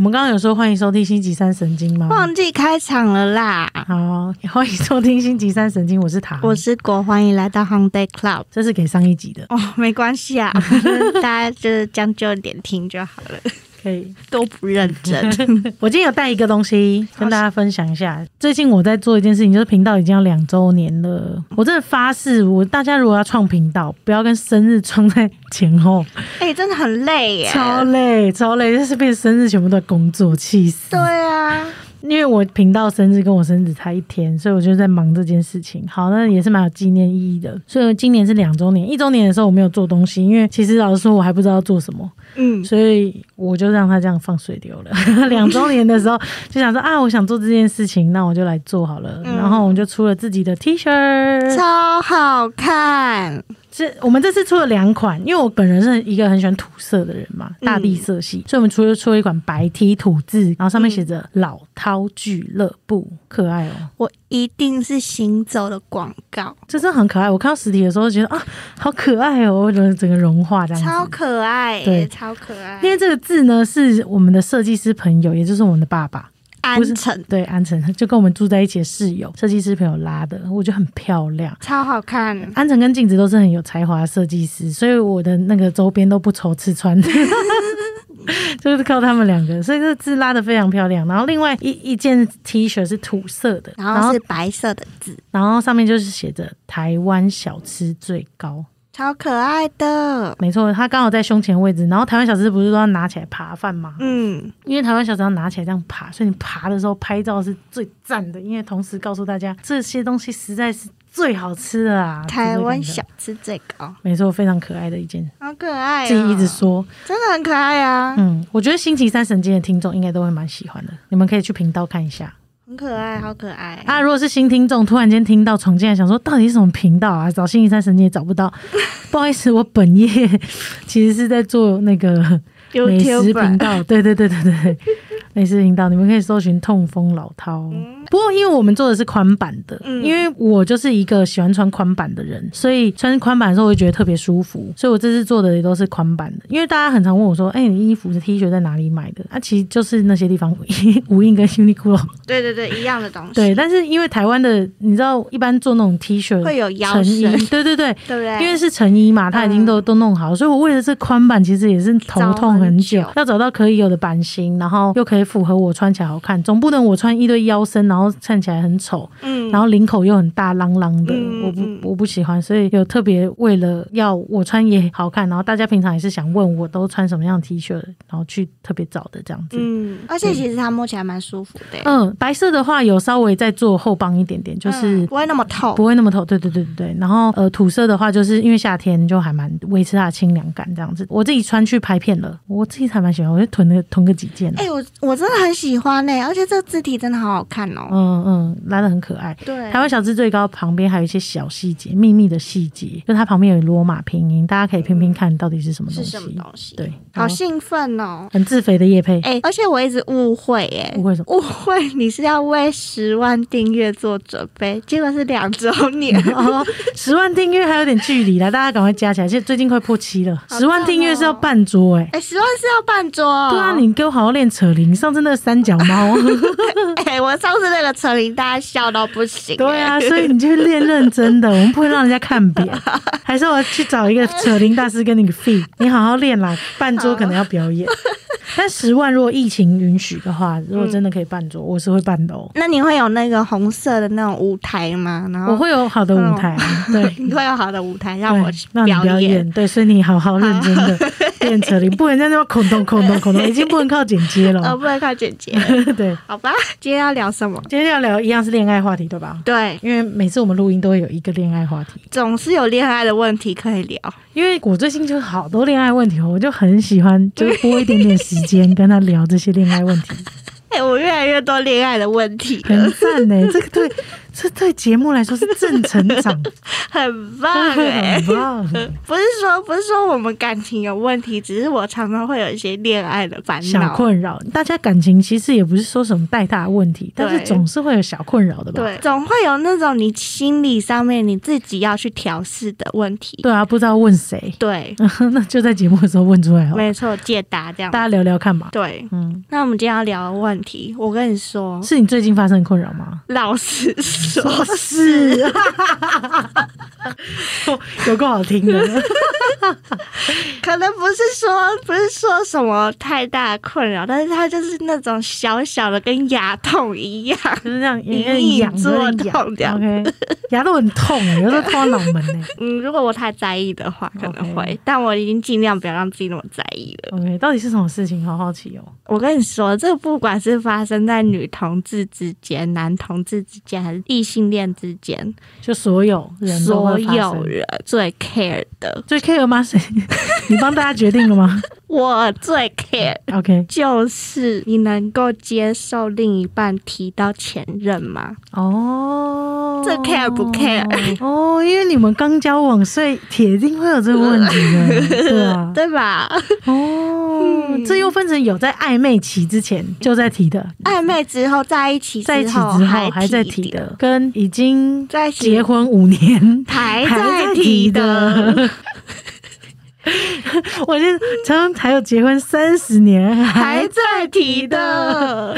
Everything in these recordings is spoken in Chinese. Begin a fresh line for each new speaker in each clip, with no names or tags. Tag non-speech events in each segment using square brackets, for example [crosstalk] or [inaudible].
们刚刚有说欢迎收听星期三神经吗？
忘记开场了啦！
好，欢迎收听星期三神经，我是塔，
我是果，欢迎来到 h o n d a y Club。
这是给上一集的，
哦，没关系
[laughs]
啊，就是大家就是将就一点听就好了，
可以。
都不认真。
[laughs] 我今天有带一个东西跟大家分享一下。最近我在做一件事情，就是频道已经要两周年了。我真的发誓，我大家如果要创频道，不要跟生日撞在前后，
[laughs] 哎、真的很累耶。
超累，超累，就是变生日全部都在工作，气死。
对啊，
因为我频道生日跟我生日差一天，所以我就在忙这件事情。好，那也是蛮有纪念意义的。所以今年是两周年，一周年的时候我没有做东西，因为其实老实说我还不知道要做什么，
嗯，
所以我就让它这样放水流了。两周年的时候就想说啊，我想做这件事情，那我就来做好了。
嗯
然后我们就出了自己的 T 恤，
超好看。
这我们这次出了两款，因为我本人是一个很喜欢土色的人嘛，
嗯嗯
大地色系，所以我们出了出了一款白 T 土字，然后上面写着“老饕俱乐部”，可爱哦。
我一定是行走的广告，
这真的很可爱。我看到实体的时候，觉得啊，好可爱哦，我觉得整个融化这样
超
子。
可爱耶，
对
超可爱
因。为这个字呢，是我们的设计师朋友，也就是我们的爸爸，
安
不是
城
对安晨，就跟我们住在一起的室友，设计师朋友拉的，我觉得很漂亮。
超好看，
安晨跟镜子都是很有才华的设计师，所以我的那个周边都不愁吃穿， [laughs] 就是靠他们两个。所以这字拉的非常漂亮。然后另外一一件 T 恤是土色的，
然后是白色的字，
然后上面就是写着“台湾小吃最高”。
超可爱的。
没错，它刚好在胸前位置。然后台湾小吃不是都要拿起来扒饭吗？
嗯，
因为台湾小吃要拿起来这样扒，所以你扒的时候拍照是最赞的。因为同时告诉大家这些东西实在是最好吃的啊！
台湾
这种
小
感
吃最高，
觉，没错，非常可爱的一件。
好可爱、哦。
自己一直说，
真的很可爱啊，
嗯，我觉得星期三神经的听众应该都会蛮喜欢的，你们可以去频道看一下
很可爱，好可爱
啊。！如果是新听众，突然间听到闯进来，想说到底是什么频道啊？找星期三神经也找不到，不好意思，我本业 [laughs] 其实是在做那个美食频
YouTuber
道，对对对对对，美食频道，你们可以搜寻“痛风老饕”不过，因为我们做的是宽版的，
嗯
因为我就是一个喜欢穿宽版的人，所以穿宽版的时候我会觉得特别舒服，所以我这次做的也都是宽版的。因为大家很常问我说：“哎、你衣服的 T 恤在哪里买的？”啊，其实就是那些地方， [laughs] 无印跟 Uniqlo。
对对对，一样的东西，
对，但是因为台湾的，你知道，一般做那种 T 恤
会有腰
成衣
身，，
对对对，
对不对？嗯
因为是成衣嘛，它已经都、都弄好了，所以我为了这宽版其实也是头痛很久，
找很久
要找到可以有的版型，然后又可以符合我穿起来好看，总不能我穿一堆腰身，然后看起来很丑，
嗯
然后领口又很大啷啷的，
嗯
我
嗯
不我不喜欢，所以有特别为了要我穿也好看，然后大家平常也是想问我都穿什么样的 T 恤，然后去特别找的这样子。
嗯，而且其实它摸起来蛮舒服的、
嗯、白色的话有稍微再做后帮一点点，就是
嗯不会那么透，
不会那么透，对对对对对。然后呃，土色的话，就是因为夏天就还蛮维持它的清凉感这样子。我自己穿去拍片了，我自己还蛮喜欢，我就囤了囤个几件。
哎、我我真的很喜欢呢、而且这字体真的好好看哦、
嗯嗯，拉的很可爱。
对，
台湾小吃最高旁边还有一些小细节、秘密的细节，就它旁边有罗马拼音，大家可以拼拼看到底是什么东西。
是什么东西？，
对，
好
然后
兴奋哦、
很自肥的叶配，
哎、而且我一直误会哎、
误会什么？
误会你是要为十万订阅做准备，结果是两周年，
[laughs] 哦，十万订阅还有点距离啦，大家赶快加起来，现在最近快破七了，
好
十万
赞
订阅
哦
是要半桌哎、
哎、十万是要半桌、哦
对啊，你给我好好练扯铃，上次那个三脚猫。
[laughs] 哎、我上次那个陈琳，大家笑到不行、
对啊，
哎
所以你就练认真的，我们不会让人家看扁。还是我去找一个扯铃大师跟你 fit，你好好练啦。半桌可能要表演，但十万如果疫情允许的话，如果真的可以半桌，我是会办的哦。
那你会有那个红色的那种舞台吗？然后
我会有好的舞台，对。
[laughs] 你会有好的舞台哦 [laughs] 让
对
我
让你表
演。
演，对，所以你好好认真的练扯铃，不能在那边孔咚孔咚孔咚，已经不能靠剪接
呃，
了。
不能看姐姐，
[laughs] 对，
好吧？今天要聊什么？
今天要聊一样是恋爱话题，对吧？
对，
因为每次我们录音都会有一个恋爱话题，
总是有恋爱的问题可以聊。
因为我最近就好多恋爱问题哦，我就很喜欢，就是拨一点点时间跟他聊这些恋爱问题。
哎、我越来越多恋爱的问题了，
很赞 [laughs] 呢、这个对，这对节目来说是正成长，
很棒
[laughs]
哎、
很棒。
不是说不是说我们感情有问题，只是我常常会有一些恋爱的烦
小
恼。
困扰，大家感情其实也不是说什么太大的问题，但是
对
总是会有小困扰的吧？
对，总会有那种你心理上面你自己要去调试的问题。
对啊，不知道问谁，
对，
那就在节目的时候问出来好了，
没错，解答这样
哦大。家聊聊看嘛。
对，
嗯，
那我们今天要聊的问题，我跟你说，
是你最近发生的困扰吗？
老实说，
是，哦有够好听的。
可能不是说不是说什么太大的困扰，但是它就是那种小小的，跟牙痛一样。
[laughs] 就是这样，
隐
有点
隐
痒，
作
有点
痛这
痒。[laughs]
样
OK，牙都很痛欸，有时候痛到脑门欸呢。
嗯，如果我太在意的话，可能会
OK
但我已经尽量不要让自己那么在意了。
OK，到底是什么事情？好好奇哦。
我跟你说，这不管是发生在女同志之间、男同志之间，还是异性恋之间，
就所有人都
所
会发生
有人最 care 的，
最 care 吗？谁？ [laughs] 你帮大家决定了吗
我最 care。
？OK，
就是你能够接受另一半提到前任吗？
哦，
这 care 不 care？
哦，因为你们刚交往，所以铁定会有这个问题
[laughs]
的，对啊。
对嗯吧？
哦，这又分成有在暧昧期之前就在提的，
暧昧之后在一起，
嗯在一起之后还
还
在
提
提，的，跟已经
在一起
结婚五年
还
在
在提的。。
[laughs] 我觉得常常还有结婚三十年还
还在提的，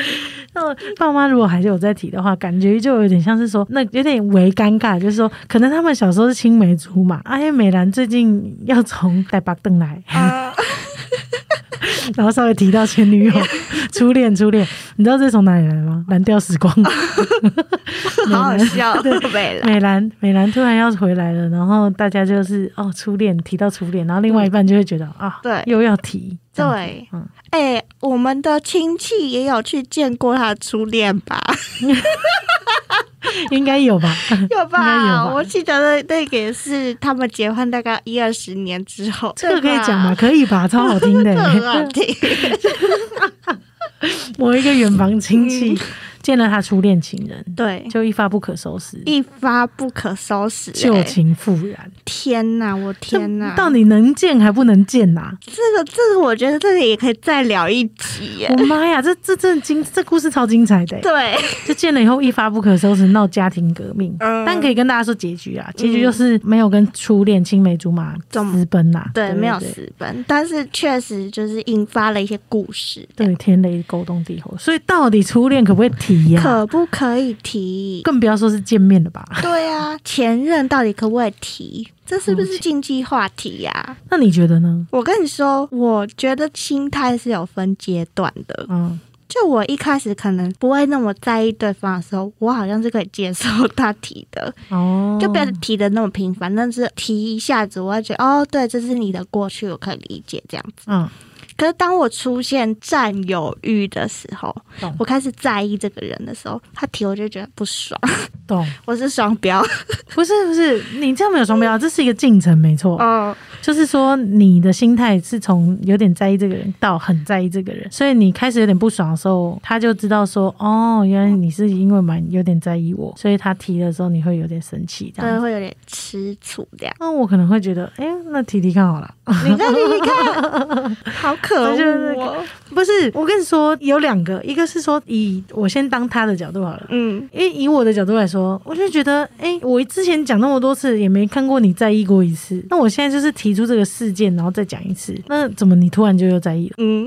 那爸妈如果还是有在提的话，感觉就有点像是说，那有点为尴尬，就是说，可能他们小时候是青梅竹马，哎、因为美兰最近要从台北登来，
[laughs]
[laughs]
啊，
然后稍微提到前女友、
[laughs]
初恋、初恋，你知道这是从哪里来吗？蓝调时光， [laughs]
好好笑，对了，
美兰，美兰突然要回来了，然后大家就是哦，初恋提到初恋，然后另外一半就会觉得啊，
对
又要提，这样
对
嗯，
哎、我们的亲戚也有去见过他的初恋
[laughs]
吧？ [laughs]
应该有吧？
有
应该有
吧？
吧
我记得那那个也是他们结婚大概一二十年之后，
这个可以
对吧
讲吗？？可以
[laughs]
吧？超好听的、
啊这个啊
[laughs]
很好听，
我一个远房亲
嗯
戚见了他初恋情人，
[laughs] 对，
就一发不可收拾，
嗯一发不可收拾、
旧
哎
情复燃。
天哪，我天哪！
这到底能见还不能见呐、
这个这个，我觉得这个也可以再聊一集耶。
我妈呀，这这这精这故事超精彩的、欸 [laughs]
对，
就见了以后一发不可收拾，闹家庭革命。
嗯
但可以跟大家说结局啊，结局就是没有跟初恋青梅竹马
怎么
私奔呐、
对，没有
对
私奔，但是确实就是引发了一些故事。
对，天雷勾动地火，所以到底初恋可不可以提呀、
可不可以提？
更不要说是见面了吧？
对啊，前任到底可不可以提？这是不是禁忌话题呀、
那你觉得呢？
我跟你说，我觉得心态是有分阶段的。
嗯，
就我一开始可能不会那么在意对方的时候，我好像是可以接受他提的，
哦，
就不要提的那么频繁，但是提一下子，我会觉得哦，对，这是你的过去，我可以理解这样子。
嗯，
可是当我出现占有欲的时候
懂，
我开始在意这个人的时候，他提我就觉得不爽，
懂。
我
[laughs]
是双标。
不是不是，你这样没有双标，这是一个进程，没错。
[laughs] 嗯，
就是说，你的心态是从有点在意这个人到很在意这个人，所以你开始有点不爽的时候，他就知道说，哦，原来你是因为蛮有点在意我，所以他提的时候你会有点生气，这
对，
样子。
会有点吃醋这样。
那我可能会觉得，哎、那提提看好了。
你看，你看，好可
[laughs]
恶、哦。
不是，我跟你说，有两个，一个是说以我先当他的角度好了。
嗯，
因为以我的角度来说，我就觉得，哎、我之前讲那么多次，也没看过你在意过一次。那我现在就是提出这个事件，然后再讲一次，那怎么你突然就又在意了， [laughs]
嗯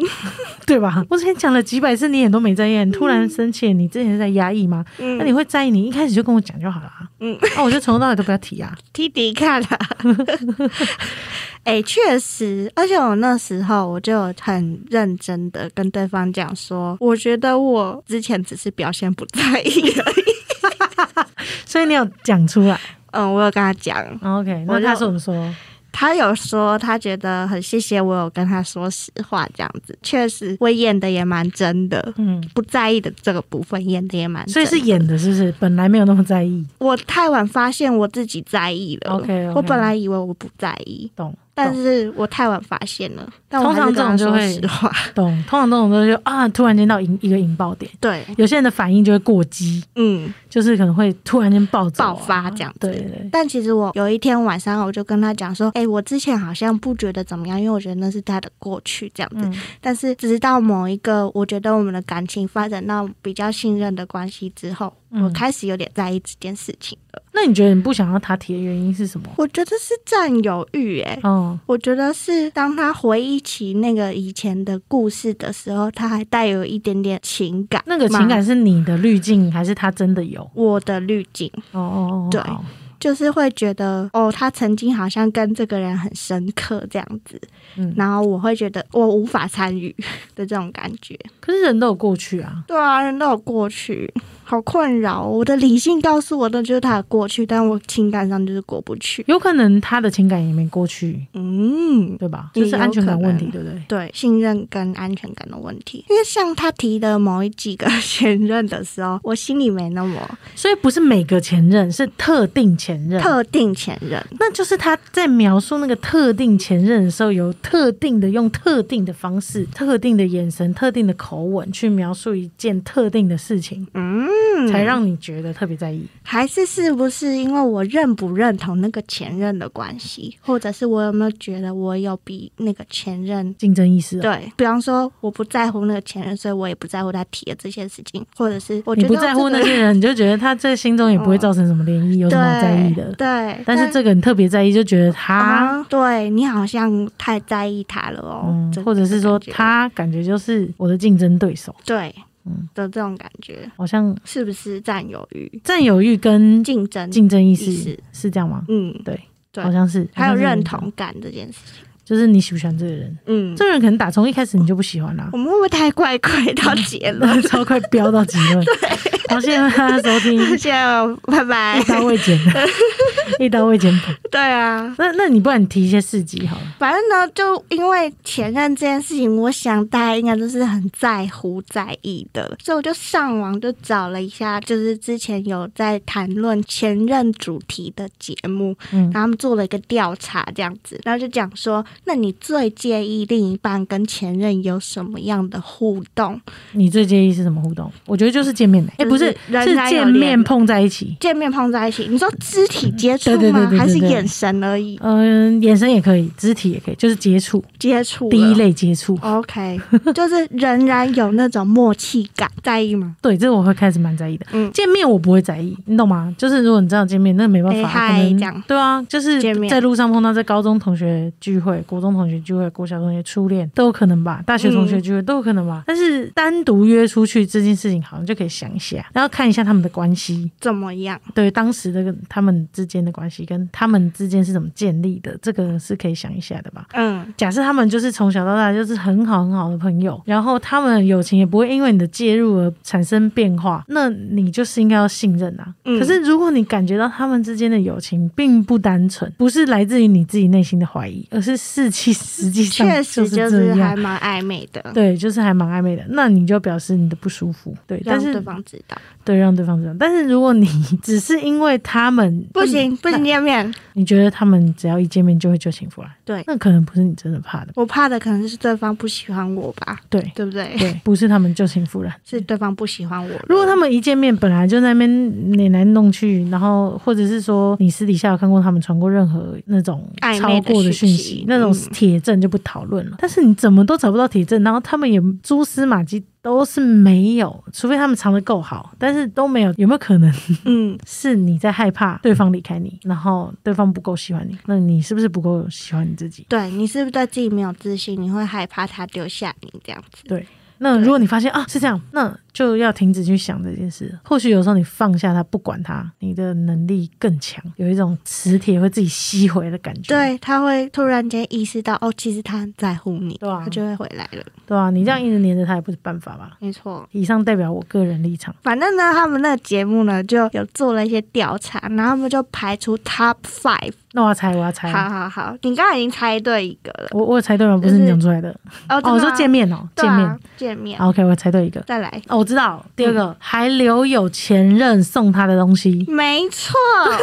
对吧？我之前讲了几百次，你也都没在意，你突然生气，你之前是在压抑吗？
嗯，
那你会在意，你一开始就跟我讲就好了啊。
嗯
那、我就从头到尾都不要提啊。
提提看
[laughs]
啦、哎、确实，而且我那时候我就有很认真的跟对方讲说，我觉得我之前只是表现不在意而
[laughs]
已。
所以你有讲出来
嗯，我有跟他讲，
，OK？
我
那
就
他怎么说？
他有说他觉得很谢谢我有跟他说实话，这样子确实我演的也蛮真的。
嗯，
不在意的这个部分演的也蛮真
所以
的，
是演的，是不是？本来没有那么在意，
哦我太晚发现我自己在意了。
OK，OK
我本来以为我不在意，
懂？
但是我太晚发现了，但
通
我还
常
是跟他
这种就
说
会
实话。
懂？通常这种东西就啊，突然间到引一个引爆点，
对，
有些人的反应就会过激，
嗯，
就是可能会突然间暴走啊、
爆发这样子。
对对，
但其实我有一天晚上，我就跟他讲说：“哎、我之前好像不觉得怎么样，因为我觉得那是他的过去这样子。
嗯
但是直到某一个，我觉得我们的感情发展到比较信任的关系之后，我
嗯。
开始有点在意这件事情了。
那你觉得你不想要他提的原因是什么？
我觉得是占有欲、哎。
哦，
我觉得是当他回忆起那个以前的故事的时候，他还带有一点点情感吗。
那个情感是你的滤镜，还是他真的有？
我的滤镜
哦哦哦，
对
好
就是会觉得，哦，他曾经好像跟这个人很深刻这样子，
嗯。
然后我会觉得我无法参与 [laughs] 的这种感觉。
可是人都有过去啊，
对啊，人都有过去，好困扰哦。我的理性告诉我的就是他的过去，但我情感上就是过不去。
有可能他的情感也没过去，
嗯，
对吧？
也
就是安全感问题，
有
对不对？
对，信任跟安全感的问题。因为像他提的某一几个 [laughs] 前任的时候，我心里没那么
所以不是每个前任，是特定前任。
特定前任。
那就是他在描述那个特定前任的时候，有特定的用特定的方式、特定的眼神、特定的口吻去描述一件特定的事情，
嗯，
才让你觉得特别在意。
还是是不是因为我认不认同那个前任的关系，或者是我有没有觉得我有比那个前任
竞争意识、哦，
对，比方说我不在乎那个前任，所以我也不在乎他提的这些事情，或者是我觉
你
得
不在乎那
这个哦
些人，你就觉得他在心中也不会造成什么涟漪，有什么好在意的
对，？对
但是这个你特别在意，就觉得他，
啊，对你好像太在意他了哦，
嗯
这，
或者是说
这个感觉
他感觉就是我的竞争对手，
对
嗯
的这种感觉，
好像
是不是占有欲、
占有欲跟
竞争？
竞争意
意
识
识
是这样吗？
嗯，对
好像是，
还
好
有
像是
认同感这件事情，
就是你喜不喜欢这个人？
嗯，
这个人可能打从一开始你就不喜欢啦、
我们会不会太怪怪到结
[laughs]
论？
超快飙到极
[laughs]
论。好，谢谢大家收听一 [laughs]
谢谢，拜拜。
刀未剪，一刀未剪版。
[laughs] 对啊，
那那你不然你提一些事迹好了。
反正呢，就因为前任这件事情，我想大家应该都是很在乎、在意的，所以我就上网就找了一下，就是之前有在谈论前任主题的节目，
嗯
然后他们做了一个调查，这样子，然后就讲说，那你最介意另一半跟前任有什么样的互动？
你最介意是什么互动？我觉得就是见面的、哎、
就是
不是，
嗯人
是
来有
见
脸
面碰在一起。
见面碰在一起，你说肢体接触
[laughs]
吗？
对对对对对对
还是眼神而已？
嗯、眼神也可以，肢体也可以，就是接触，
接触了
第一类接触。
OK，就是 [laughs] 仍然有那种默契感，在意吗？
对，这个我会开始蛮在意的。
嗯
见面我不会在意，你懂吗？就是如果你真的见面，那没办法，
哎嗨
可能
这样
对啊，就是
见面
在路上碰到，在高中同学聚会、国中同学聚会、国小同学初恋都有可能吧，大学同
嗯
学聚会都有可能吧。但是单独约出去这件事情，好像就可以想一下，然后看一下他们的关系，
怎么样？
对当时的跟他们之间的关系，跟他们之间是怎么建立的，这个是可以想一下的吧。
嗯，
假设他们就是从小到大就是很好很好的朋友，然后他们的友情也不会因为你的介入而产生变化，那你就是应该要信任啊。
嗯
可是如果你感觉到他们之间的友情并不单纯，不是来自于你自己内心的怀疑，而是士气实际上
确
就
实
是这
就是还
样。
蛮暧昧的，
对，就是还蛮暧昧的，那你就表示你的不舒服，对，但
让
是
对方知道。
对让对方知道。但是如果你只是因为他们嗯
不，行，不行，见面。
你觉得他们只要一见面就会旧情复燃，
对
那可能不是你真的怕的，
我怕的可能是对方不喜欢我吧，
对，
对不对？
对， [laughs] 不是他们旧情复燃。
是对方不喜欢我了。
嗯如果他们一见面本来就在那边你来弄去，然后或者是说你私底下有看过他们传过任何那种
暧
超
昧的
过的讯
讯
息
息，
那种
嗯
铁证就不讨论了。但是你怎么都找不到铁证，然后他们也蛛丝马迹都是没有，除非他们藏得够好，但是都没有。有没有可能
嗯，
[laughs] 是你在害怕对方离开你，然后对方不够喜欢你？那你是不是不够喜欢你自己？
对你是不是对自己没有自信？你会害怕他丢下你这样子？
对，那如果你发现啊是这样，那就要停止去想这件事。或许有时候你放下它，不管它，你的能力更强，有一种磁铁会自己吸回的感觉。
对，他会突然间意识到，哦，其实他很在乎你，
对啊
他就会回来了。
对啊，你这样一直黏着它也不是办法吧？
没错，
以上代表我个人立场。
反正呢，他们那个节目呢就有做了一些调查，然后他们就排出 top five
那我要猜，我要猜。
好好好，你刚才已经猜对一个了。
我我猜对了，不是你讲出来的。
哦，
哦，我说见
面，
面哦，
对
见面
啊。，见面，
OK，我猜对一个。
再来。
哦，我知道第二个、
嗯
还留有前任送他的东西。
没错， [laughs]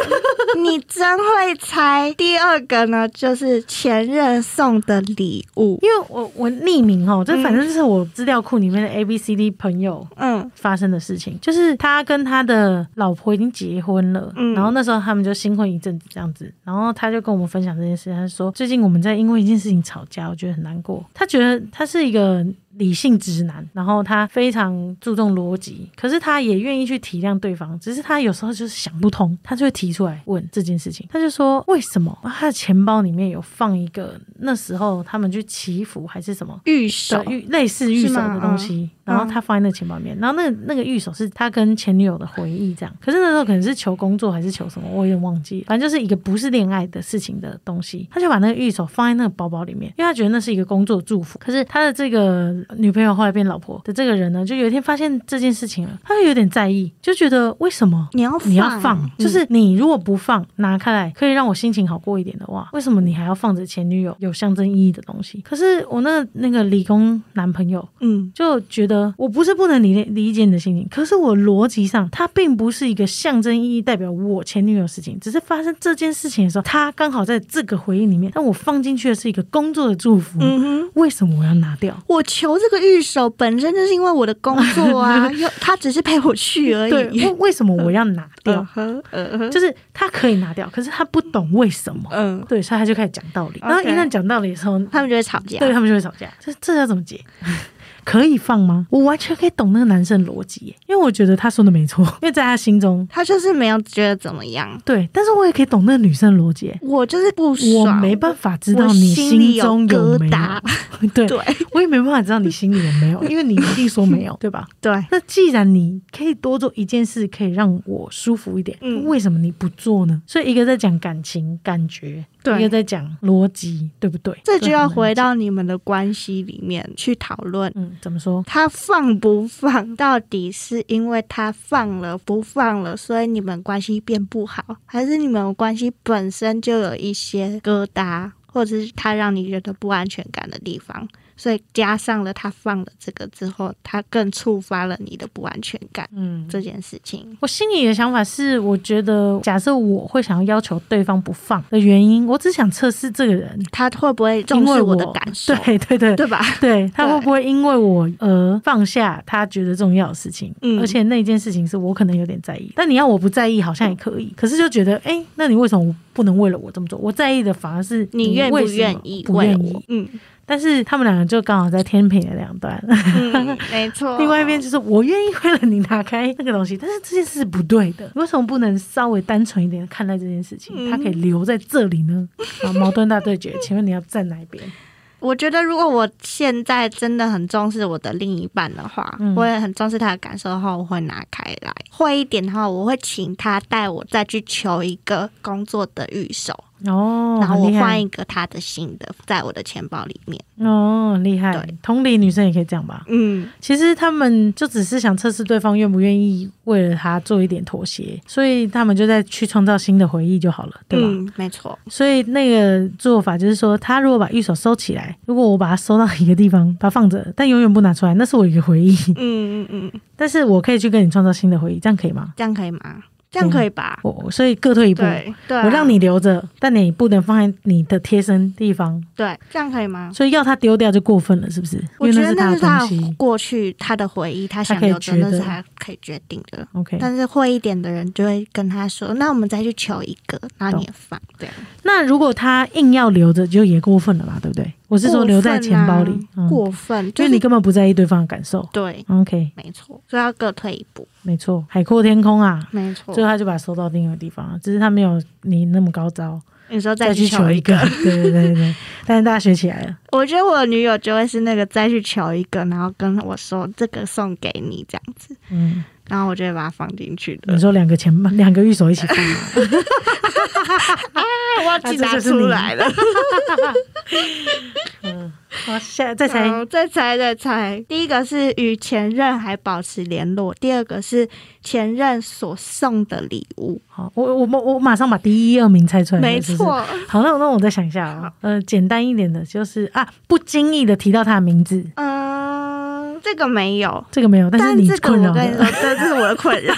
你真会猜。第二个呢，就是前任送的礼物。
因为我我匿名哦，这反正是我资料库里面的 A B C D 朋友
嗯
发生的事情，就是他跟他的老婆已经结婚了，
嗯
然后那时候他们就新婚一阵子这样子，然后他就跟我们分享这件事，他说最近我们在因为一件事情吵架，我觉得很难过。他觉得他是一个理性直男，然后他非常注重逻辑，可是他也愿意去体谅对方，只是他有时候就是想不通，他就会提出来问这件事情。他就说为什么啊他的钱包里面有放一个那时候他们去祈福还是什么
玉手
的，玉类似玉手的东西，然后他放在那个钱包里面，然后那个那个玉手是他跟前女友的回忆，这样。可是那时候可能是求工作还是求什么，我有点忘记，反正就是一个不是恋爱的事情的东西，他就把那个玉手放在那个包包里面，因为他觉得那是一个工作祝福。可是他的这个女朋友后来变老婆的这个人呢，就有一天发现这件事情了，他就有点在意，就觉得为什么
你要放嗯
你要放，就是你如果不放，拿开来可以让我心情好过一点的话，为什么你还要放着前女友有象征意义的东西？可是我那那个理工男朋友
嗯
就觉得，我不是不能理理解你的心情，可是我逻辑上，它并不是一个象征意义代表我前女友的事情，只是发生这件事情的时候，它刚好在这个回忆里面，但我放进去的是一个工作的祝福，
嗯哼。
为什么我要拿掉？
我求这个玉手本身就是因为我的工
[laughs]
作啊，又他只是陪我去而已。
对，
[laughs]
为为什么我要拿掉
嗯？哼，嗯哼，
就是他可以拿掉，可是他不懂为什么。
嗯，
对，所以他就开始讲道理。然后一
OK
旦讲道理的时候，
他们就会吵架。
对他们就会吵架。这这要怎么解？ [laughs] 可以放吗？我完全可以懂那个男生的逻辑耶，因为我觉得他说的没错， [laughs] 因为在他心中
他就是没有觉得怎么样，
对，但是我也可以懂那个女生的逻辑耶。
我就是不
我
爽，
没办法知道你
我心里有
中有没
疙瘩
有， [laughs] 对
对
我也没办法知道你心里有
[laughs]
没有，因为你一定说没有，对吧？
对，
那既然你可以多做一件事，可以让我舒服一点，
嗯
为什么你不做呢？所以一个在讲感情感觉，
对
一个在讲逻辑，对不对？
这就要回
到
到你们的关系里面去讨论。
嗯，怎么说？
他放不放，到底是因为他放了不放了，所以你们关系变不好，还是你们关系本身就有一些疙瘩，或者是他让你觉得不安全感的地方，所以加上了他放了这个之后，他更触发了你的不安全感
嗯，
这件事情。
我心里的想法是，我觉得假设我会想要要求对方不放的原因，我只想测试这个人，
他会不会重
因为
视
我
的感受？
对对对。
对吧？
对他
对
会不会因为我而放下他觉得重要的事情？
嗯
而且那件事情是我可能有点在意，但你要我不在意好像也可以，可是就觉得，哎、那你为什么不能为了我这么做？我在意的反而是
你愿不
为什么
愿意
不愿
我
意？？
嗯，
但是他们两个就刚好在天平的两端， [laughs]
嗯没错。
另外一边就是我愿意为了你打开那个东西，但是这件事是不对的，为什么不能稍微单纯一点看待这件事情？
嗯
它可以留在这里
[laughs]
呢？啊，矛盾大对决，请问你要站哪一边？
我觉得，如果我现在真的很重视我的另一半的话，
嗯
我也很重视他的感受的话，我会拿开来。会一点的话，我会请他带我再去求一个工作的预手，
哦，
然后我
很厉害
换一个他的新的，在我的钱包里面。
哦，很厉害
对。
同理，女生也可以这样吧？
嗯，
其实他们就只是想测试对方愿不愿意为了他做一点妥协，所以他们就在去创造新的回忆就好了，对吧？
嗯，没错。
所以那个做法就是说，他如果把玉手收起来，如果我把它收到一个地方，把它放着，但永远不拿出来，那是我一个回忆。
嗯嗯嗯，
但是我可以去跟你创造新的回忆，这样可以吗？
这样可以吗？这样可以吧？
我我所以各退一步，
对对啊、
我让你留着，但你不能放在你的贴身地方，
对，这样可以吗？
所以要他丢掉就过分了，是不是？
我觉
因为
得
那是
那是他
的东西。
过去他的回忆，他想
可以
留着
觉
那
得
是他可以决定的。
OK，
但是会一点的人就会跟他说：“那我们再去求一个，然后你也放。”这样
那如果他硬要留着，就也过分了吧，对不对？我是说留在钱包里，嗯
过分、就
因为
是
你根本不在意对方的感受。
对，
OK，
没错，所以要各退一步，
没错，海阔天空啊，
没错
最。后他就把它收到另一个地方了，只是他没有你那么高招，
你说
再
去
去求
一
一个。 [laughs] 对对对对，但是大家学起来了，
我觉得我的女友就会是那个再去求一个，然后跟我说这个送给你这样子，
嗯，
然后我就会把它放进去的
你。说两个
[laughs]
钱包，两个玉手一起放吗？
哎，我忘
啊
记
这
拿
就是
出
你
来了。 [laughs]
嗯，好，下再猜
好嗯再猜，再猜。第一个是与前任还保持联络，第二个是前任所送的礼物。
好，我我我我马上把第一、二名猜出来。
没
是不是 [laughs]
错，
好，那我那我再想一下啊、呃，简单一点的，就是啊，不经意的提到他的名字，
嗯，这个没有。
这个没有，但是
但
你
这个
困
我
扰
跟你
了。
说，这这是我的困
[laughs]
扰，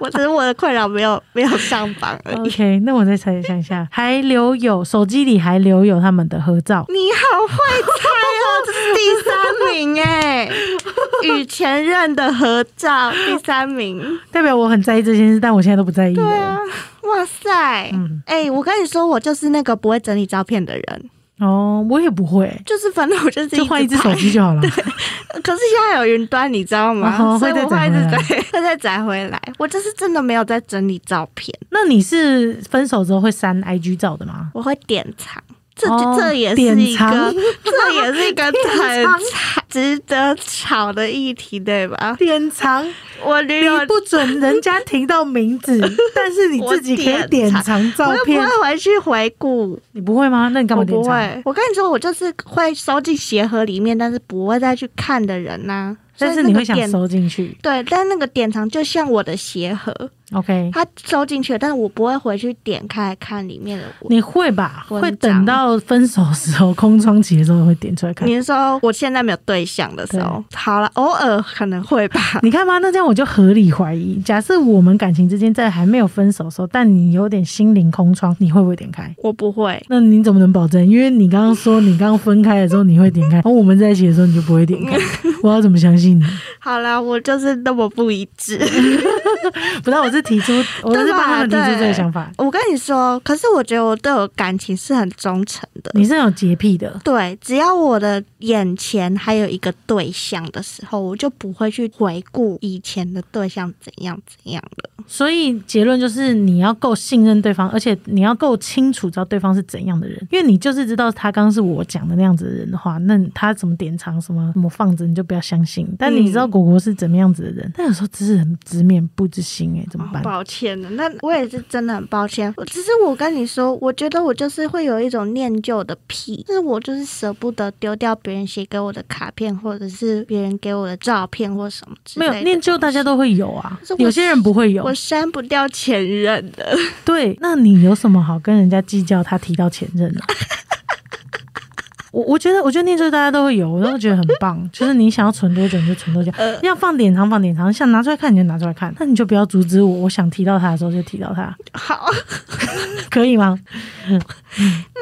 我只是我的困扰没有没有上榜而已。
OK，那我再猜想一下， [laughs] 还留有手机里还留有他们的合照，
你好会猜哦，这是第三
[laughs]
名哎，与前任的合照第三名。
代表我很在意这件事，但我现在都不在意
对啊
了。，
哇塞，
嗯，
哎、我跟你说，我就是那个不会整理照片的人，
哦，我也不会，
就是反正我就是
就换一只
直拍
手机就好了。
可是现在有云端，你知道吗？
哦
所以我
会
会一
再载
直
回来
载， [laughs] 会再载回来。我就是真的没有在整理照片，
那你是分手之后会删 IG 照的吗？
我会典藏。这、
哦
这也是一
典藏
个， [laughs] 这也是一个
[laughs] 典藏
很值得吵的议题，对吧？
典藏，
我女
你
友
不准人家提到名 [laughs] 字，但是你自己可
我
以典
典藏
藏照
我又不
片。
会回去回顾，
啊你不会吗？那你干
我
嘛典
不
藏？
会。我跟你说，我就是会收进鞋盒里面，但是不会再去看的人呐、所以
但是
那
你
个
会想
典
收进去
对，但那个典藏就像我的鞋盒，
，OK？
它收进去了，但是我不会回去点开来看里面的我。
你会吧？
文
会等
章
到分手时候空窗期的时候会点出来看。
你是说我现在没有对象的时候？好了，偶尔可能会吧。
你看吧，那这样我就合理怀疑，假设我们感情之间在还没有分手的时候，但你有点心灵空窗，你会不会点开？
我不会，
那你怎么能保证？因为你刚刚说你刚刚分开的时候你会点 [laughs] 开，而我们在一起的时候你就不会点 [laughs] 开，我要怎么相信你？
好啦，我就是那么不一致。 [laughs]
不是，我是提出，我是帮他们提出这个想法。
我跟你说，可是我觉得我对我感情是很忠诚的。
你是有洁癖的，
对，只要我的眼前还有一个对象的时候，我就不会去回顾以前的对象怎样怎样了。
所以结论就是你要够信任对方，而且你要够清楚知道对方是怎样的人，因为你就是知道他刚刚是我讲的那样子的人的话，那他怎么典藏什么什么放着，你就不要相信。但你知道果果是怎么样子的人，嗯但有时候知人知面不知心、欸，哎，怎么
好
办？
哦抱歉的，那我也是真的很抱歉。我只是我跟你说，我觉得我就是会有一种念旧的癖，就是我就是舍不得丢掉别人写给我的卡片，或者是别人给我的照片或什么之
没
类的。
有念旧，大家都会有啊
可是，我
有些人不会有
我。删不掉前任的， [laughs]
对，那你有什么好跟人家计较？他提到前任呢、 [laughs] 我我觉得，我觉得念旧大家都会有，我都觉得很 [laughs] 棒。就是你想要存多久你就存多久，要放典藏放典藏，想拿出来看你就拿出来看，那你就不要阻止我。我想提到他的时候就提到 [laughs] 他，
好，
可以吗？ [laughs]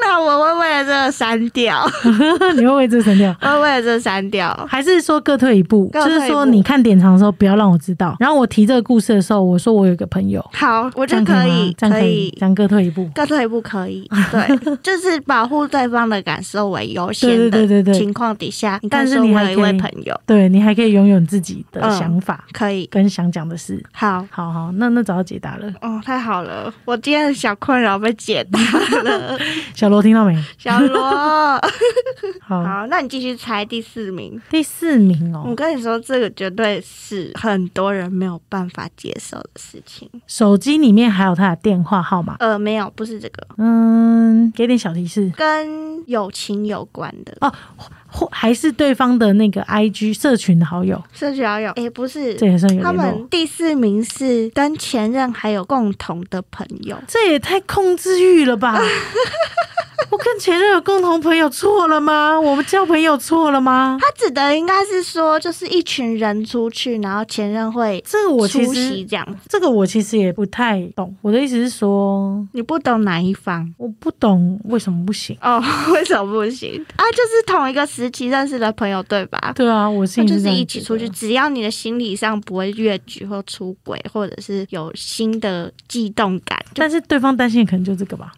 那我会为了这个删掉， [laughs]
你会为这删掉，
我会为了这删掉。
还是说各退一步？
各
就
退一步
是说你看典藏的时候不要让我知道，然后我提这个故事的时候，我说我有一个朋友，
好，我
这
觉
样
得
可
可
以吗
以，
这样
可
可以，
以
这。样各退一步。
各退一步
[laughs]
可以，对，就是保护对方的感受为优
对
先
对对
的
对对
情况底下，你
但
看
是
是
你
我
还
有一位
可以
朋友，
对你还可以拥有自己的
嗯
想法
可以，
跟想讲的事。
好，
好好，那那找到解答了。
哦，太好了，我今天的小困扰被解
[laughs]
答了，
小罗听到
[laughs]
没？
小罗，
好，
好，嗯那你继续猜第四名。
第四名
我
哦，
跟你说，这个绝对是很多人没有办法接受的事情。
手机里面还有他的电话号码。
呃，没有，不是这个，
嗯，给点小提示
跟友情有关的，
哦，或还是对方的那个 IG 社群的好友，
社交友，诶，不是，
这也算有
呃他
联络
们。第四名是跟前任还有共同的朋友，
这也太控制欲了
[laughs]
吧！我跟前任有共同朋友错了吗？我们交朋友错了吗？
他指的应该是说，就是一群人出去，然后前任会
这个我其
出席
实，
这样子。
这个我其实也不太懂。我的意思是说，
你不懂哪一方
我不懂为什么不行。
哦？ [laughs] 为什么不行啊？就是同一个时期认识的朋友，对吧？
对啊，我是
那就
这
是
样
一起
觉
出
得
去，只要你的心理上不会越矩或出轨，或者是有新的悸动感，就
但是对方担心的可能就这个吧。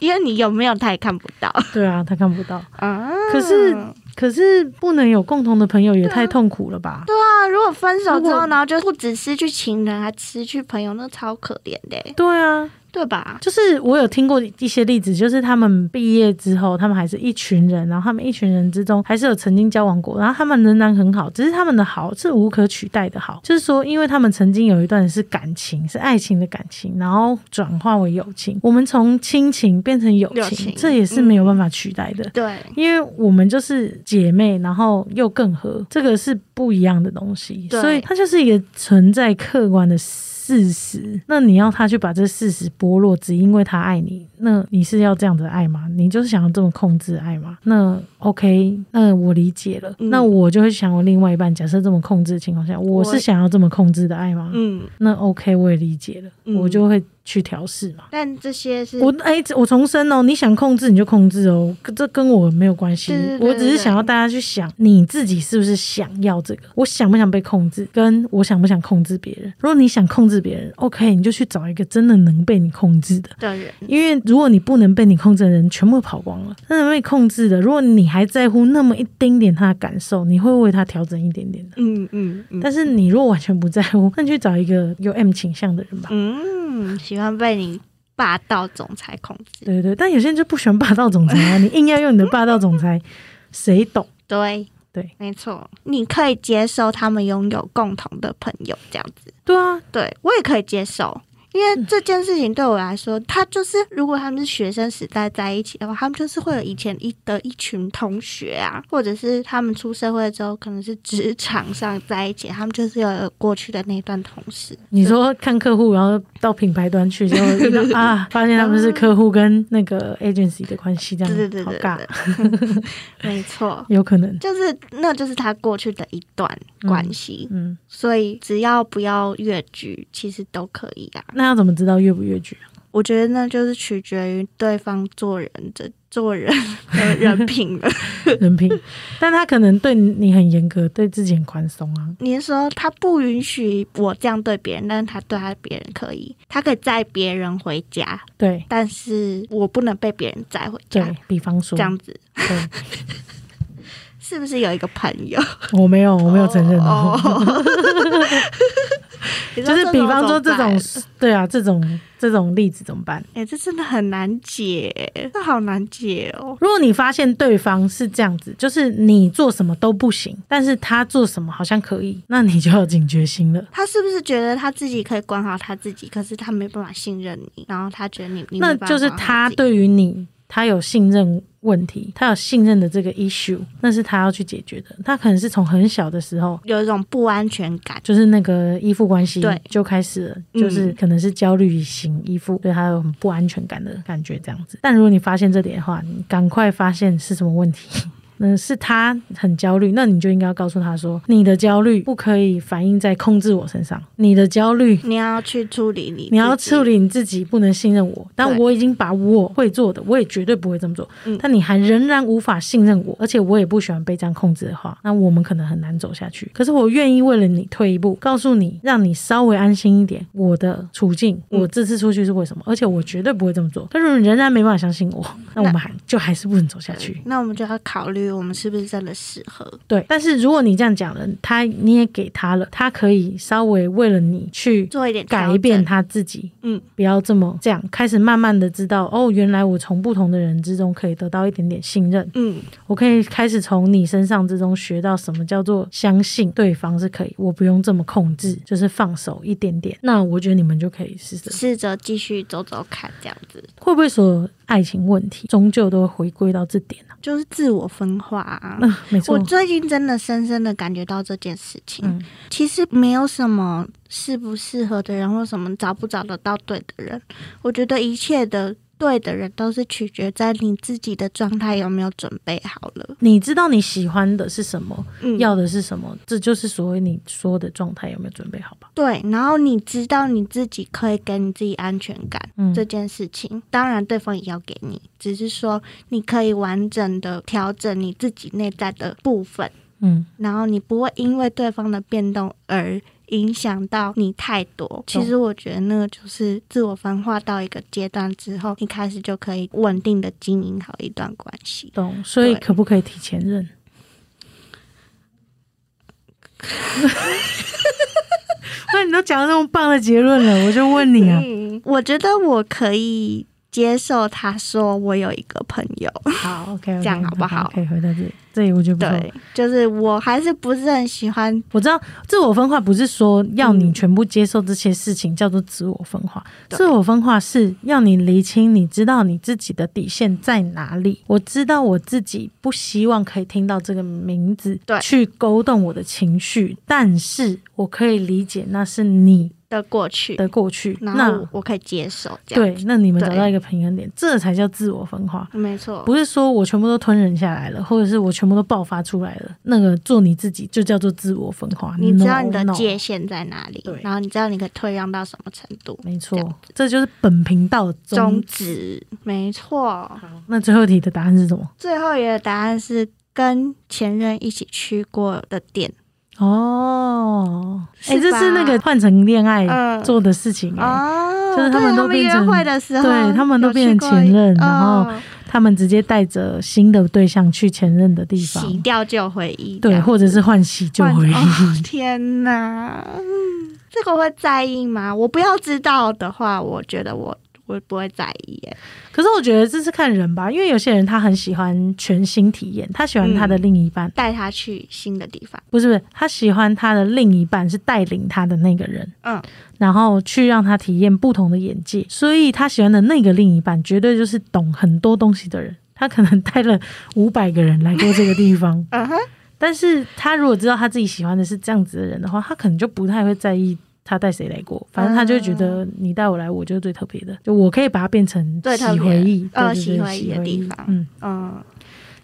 因为你有没有他也看不到
[laughs] 对啊，他看不到。
啊。
可是可是不能有共同的朋友，也太痛苦了吧？
[laughs] 对啊，如果分手
如
之
果
后，然后就不只失去情人，还失去朋友，那超可怜的欸。
对啊，
对吧？
就是我有听过一些例子，就是他们毕业之后，他们还是一群人，然后他们一群人之中还是有曾经交往过，然后他们仍然很好，只是他们的好是无可取代的好，就是说，因为他们曾经有一段是感情，是爱情的感情，然后转化为友情，我们从亲情变成友情，
友情嗯
这也是没有办法取代的。
对，
因为我们就是姐妹，然后又更合，这个是不一样的东西，
对
所以它就是一个存在客观的事实。那你要他去把这事实剥落，只因为他爱你，那你是要这样的爱吗？你就是想要这么控制爱吗？那 OK，那我理解了，
嗯
那我就会想我另外一半，假设这么控制的情况下，我是想要这么控制的爱吗？
嗯，
那 OK，我也理解了，
嗯
我就会去调试嘛。
但这些是
我哎、这我重申哦，你想控制你就控制哦，跟这跟我没有关系。
对对对
我只是想要大家去想，你自己是不是想要这个？我想不想被控制？跟我想不想控制别人？如果你想控制别人，OK，你就去找一个真的能被你控制的。
的人，
因为如果你不能被你控制的人，全部跑光了，真的被控制的。如果你还在乎那么一丁点他的感受，你会为他调整一点点的。
嗯嗯嗯，
但是你如果完全不在乎，那你去找一个有 M 倾向的人吧。
嗯，喜欢被你霸道总裁控制，
对对，但有些人就不喜欢霸道总裁啊，你硬要用你的霸道总裁，谁懂？
对
对，
没错，你可以接受他们拥有共同的朋友这样子，
对啊，
对我也可以接受。因为这件事情对我来说，他就是如果他们是学生时代在一起的话，他们就是会有以前一的一群同学啊，或者是他们出社会之后，可能是职场上在一起，他们就是有过去的那段同事。
你说看客户，然后到品牌端去，结果遇到 [laughs] 啊，发现他们是客户跟那个 agency 的关系，这样
对对对
好
对
尬
对，， [laughs] 没错，
有可能，
就是那就是他过去的一段关系，
嗯，
所以只要不要越剧，其实都可以啊。
那要怎么知道越不越剧 [laughs] 啊？
我觉得那就是取决于对方做人的做人
[laughs]
的人品了。
人品，但他可能对你很严格，对自己很宽松啊。
你是说他不允许我这样对别人，但是他对他别人可以，他可以载别人回家，
对
但是我不能被别人载回家
[laughs] 对，，比方说
这，样子
对，
是不是有一个朋友？
我没有，我没有承认哦。
哦你
就
说
是
这
比
种
方说
怎
这
么办
种，对啊，这种这种例子怎么办？
哎、这真的很难解，这好难解哦。
如果你发现对方是这样子，就是你做什么都不行，但是他做什么好像可以，那你就要有警觉心了。
他是不是觉得他自己可以管好他自己，可是他没办法信任你，然后他觉得你，你
那
没办法
就是
管好
他
自己，
对于你，他有信任问题，他有信任的这个 issue，那是他要去解决的。他可能是从很小的时候。
有一种不安全感。
就是那个依附关系
对
就开始了，
嗯
就是可能是焦虑型依附，对他有很不安全感的感觉这样子。但如果你发现这点的话，你赶快发现是什么问题。 [laughs] 嗯，是他很焦虑，那你就应该要告诉他说，你的焦虑不可以反映在控制我身上，你的焦虑
你要去处理你，
你要处，理你自己，不能信任我。但
对
我已经把我会做的，我也绝对不会这么做。
嗯
但你还仍然无法信任我，而且我也不喜欢被这样控制的话，那我们可能很难走下去。可是我愿意为了你退一步，告诉你，让你稍微安心一点。我的处境，
嗯
我这次出去是为什么？而且我绝对不会这么做。但如果你仍然没办法相信
[laughs]
我，那我们还就还是不能走下去。
那我们就要考虑我们是不是真的适合。
对，但是如果你这样讲了，他你也给他了，他可以稍微为了你去
做一点调整
改变，他自己，
嗯，
不要这么这样，开始慢慢的知道，哦，原来我从不同的人之中可以得到一点点信任，
嗯，
我可以开始从你身上之中学到什么叫做相信对方是可以，我不用这么控制，就是放手一点点。那我觉得你们就可以试试，
试着继续走走看，这样子
会不会所有爱情问题终究都会回归到这点呢、啊？
就是自我分化啊。
嗯、没错
我，最近真的深深的感觉到这件事情，
嗯
其实没有什么适不适合的人，或什么找不找得到对的人。我觉得一切的对的人都是取决在你自己的状态有没有准备好了。
你知道你喜欢的是什么，
嗯
要的是什么，这就是所谓你说的状态有没有准备好吧？
对，然后你知道你自己可以给你自己安全感、
嗯
这件事情，当然对方也要给你，只是说你可以完整的调整你自己内在的部分。
嗯，
然后你不会因为对方的变动而影响到你太多。其实我觉得那个就是自我分化到一个阶段之后，一开始就可以稳定的经营好一段关系。
懂。所以
对
可不可以提前 [laughs] 认？为啊，你都讲到这么棒的结论了，我就问你啊，
嗯，我觉得我可以接受他说我有一个朋友，
好，OK，
这样好不好
可以回到这里，这里我觉得不错。
对，就是我还是不是很喜欢，
我知道自我分化不是说要你
嗯
全部接受这些事情、叫做自我分化，
对
自我分化是要你厘清，你知道你自己的底线在哪里。我知道我自己不希望可以听到这个名字，
对
去勾动我的情绪，但是我可以理解那是你
的过去，
的过去，
然后
那
我我可以接受这样
对，那你们
对
找到一个平衡点，这才叫自我分化。
没错，
不是说我全部都吞忍下来了，或者是我全部都爆发出来了，那个做你自己就叫做自我分化。
你知道
No，
你的
no
界限在哪里
对，
然后你知道你可以退让到什么程度，
没
这
错
样，
这就是本频道的
终
宗旨。
止，没错。
那最后一题的答案是什么？
最后一个答案是跟前任一起去过的店，
哦，哎、
是
这
吧
是那个换成恋爱
嗯，
做的事情、哎、
哦，
就是他
对
们都
他们
变成
约会的时候，
对他们都
有去
变成
过
前任
一
然后
哦
他们直接带着新的对象去前任的地方
洗，掉旧回忆，这
对，
样
或者是换喜旧
换
回忆。
哦天哪，嗯这个会在意吗？我不要知道的话，我觉得我我不会在意耶。
[laughs] 可是我觉得这是看人吧，因为有些人他很喜欢全新体验，他喜欢他的
嗯
另一半，
带他去新的地方，
不是不是，他喜欢他的另一半是带领他的那个人，
嗯，
然后去让他体验不同的眼界。所以他喜欢的那个另一半，绝对就是懂很多东西的人。他可能带了五百个人来过这个地方
[laughs] ，嗯哼，
但是他如果知道他自己喜欢的是这样子的人的话，他可能就不太会在意。他带谁来过？反正他就会觉得你带我来，我就是最特别的，就我可以把它变成
嗯最特
喜
别
回忆，
呃
对对对
喜回忆的地方
嗯，
嗯，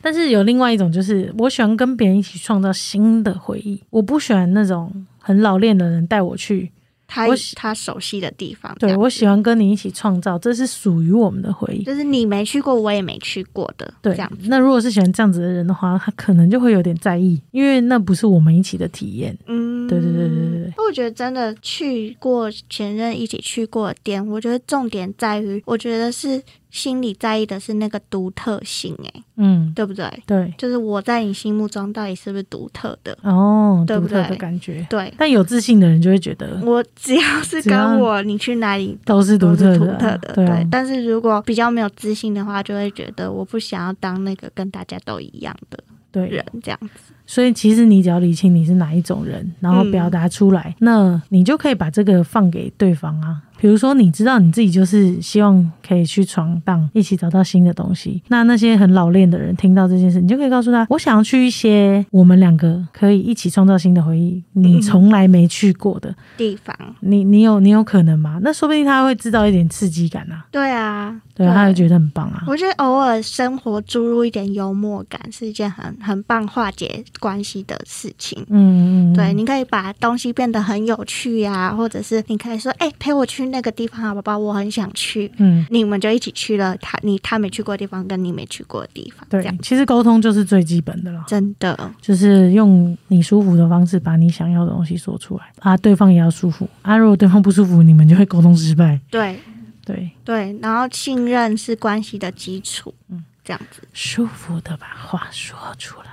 但是有另外一种，就是我喜欢跟别人一起创造新的回忆，我不喜欢那种很老练的人带我去。
他
我喜
他熟悉的地方，这
对
样
我喜欢跟你一起创造，这是属于我们的回忆。
就是你没去过，我也没去过的，
对
这样，子，
那如果是喜欢这样子的人的话，他可能就会有点在意，因为那不是我们一起的体验。
嗯，
对对对对对对。
我觉得真的去过前任一起去过的店，我觉得重点在于，我觉得是心里在意的是那个独特性、欸，
嗯，
对不对？
对，
就是我在你心目中到底是不是独特的？
哦，
对嗯
独
不
特的
对
感觉。
对
但有自信的人就会觉得
我只要是
只要
跟我，你去哪里
都是独
都
特
是独
的啊，
特的，
对啊
对。但是如果比较没有自信的话，就会觉得我不想要当那个跟大家都一样的
对
人，这样子。
所以其实你只要理清你是哪一种人，然后表达出来，
嗯
那你就可以把这个放给对方啊。比如说，你知道你自己就是希望可以去闯荡，一起找到新的东西。那那些很老练的人听到这件事，你就可以告诉他，我想要去一些我们两个可以一起创造新的回忆，你
嗯
从来没去过的。
地方，
你你有你有可能吗？那说不定他会制造一点刺激感啊，
对啊，
对啊，他会觉得很棒啊。
我觉得偶尔生活注入一点幽默感是一件很很棒化解关系的事情。
嗯嗯，嗯
对，你可以把东西变得很有趣呀、或者是你可以说：“哎、陪我去那个地方啊，宝宝，我很想去。
嗯”，
你们就一起去了他你他没去过的地方，跟你没去过的地方，这
对
样，
其实沟通就是最基本的了。
真的
就是用你舒服的方式把你想要的东西说出来啊，对方也要舒服啊。如果对方不舒服，你们就会沟通失败。
对
对，
对。然后信任是关系的基础，嗯，这样子。
舒服的把话说出来。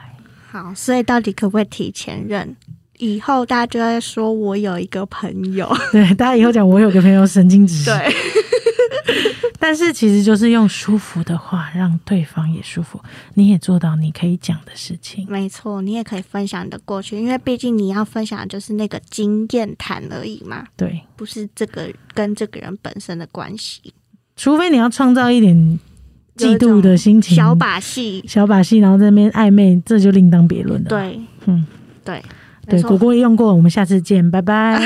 好，所以到底可不可以提前任？以后大家就会说我有一个朋
[laughs]
友，
对，大家以后讲我有个朋友神经质，
对，
但是其实就是用舒服的话让对方也舒服，你也做到你可以讲的事情。
没错，你也可以分享你的过去，因为毕竟你要分享的就是那个经验谈而已嘛，
对，
不是这个跟这个人本身的关系。
除非你要创造一点嫉妒
有一
的
种
心情，
小把戏，
小把戏，然后在那边暧昧，这就另当别论了。
对，
嗯，
对，没
对，
错 [laughs]
果果也用过，我们下次见，拜拜。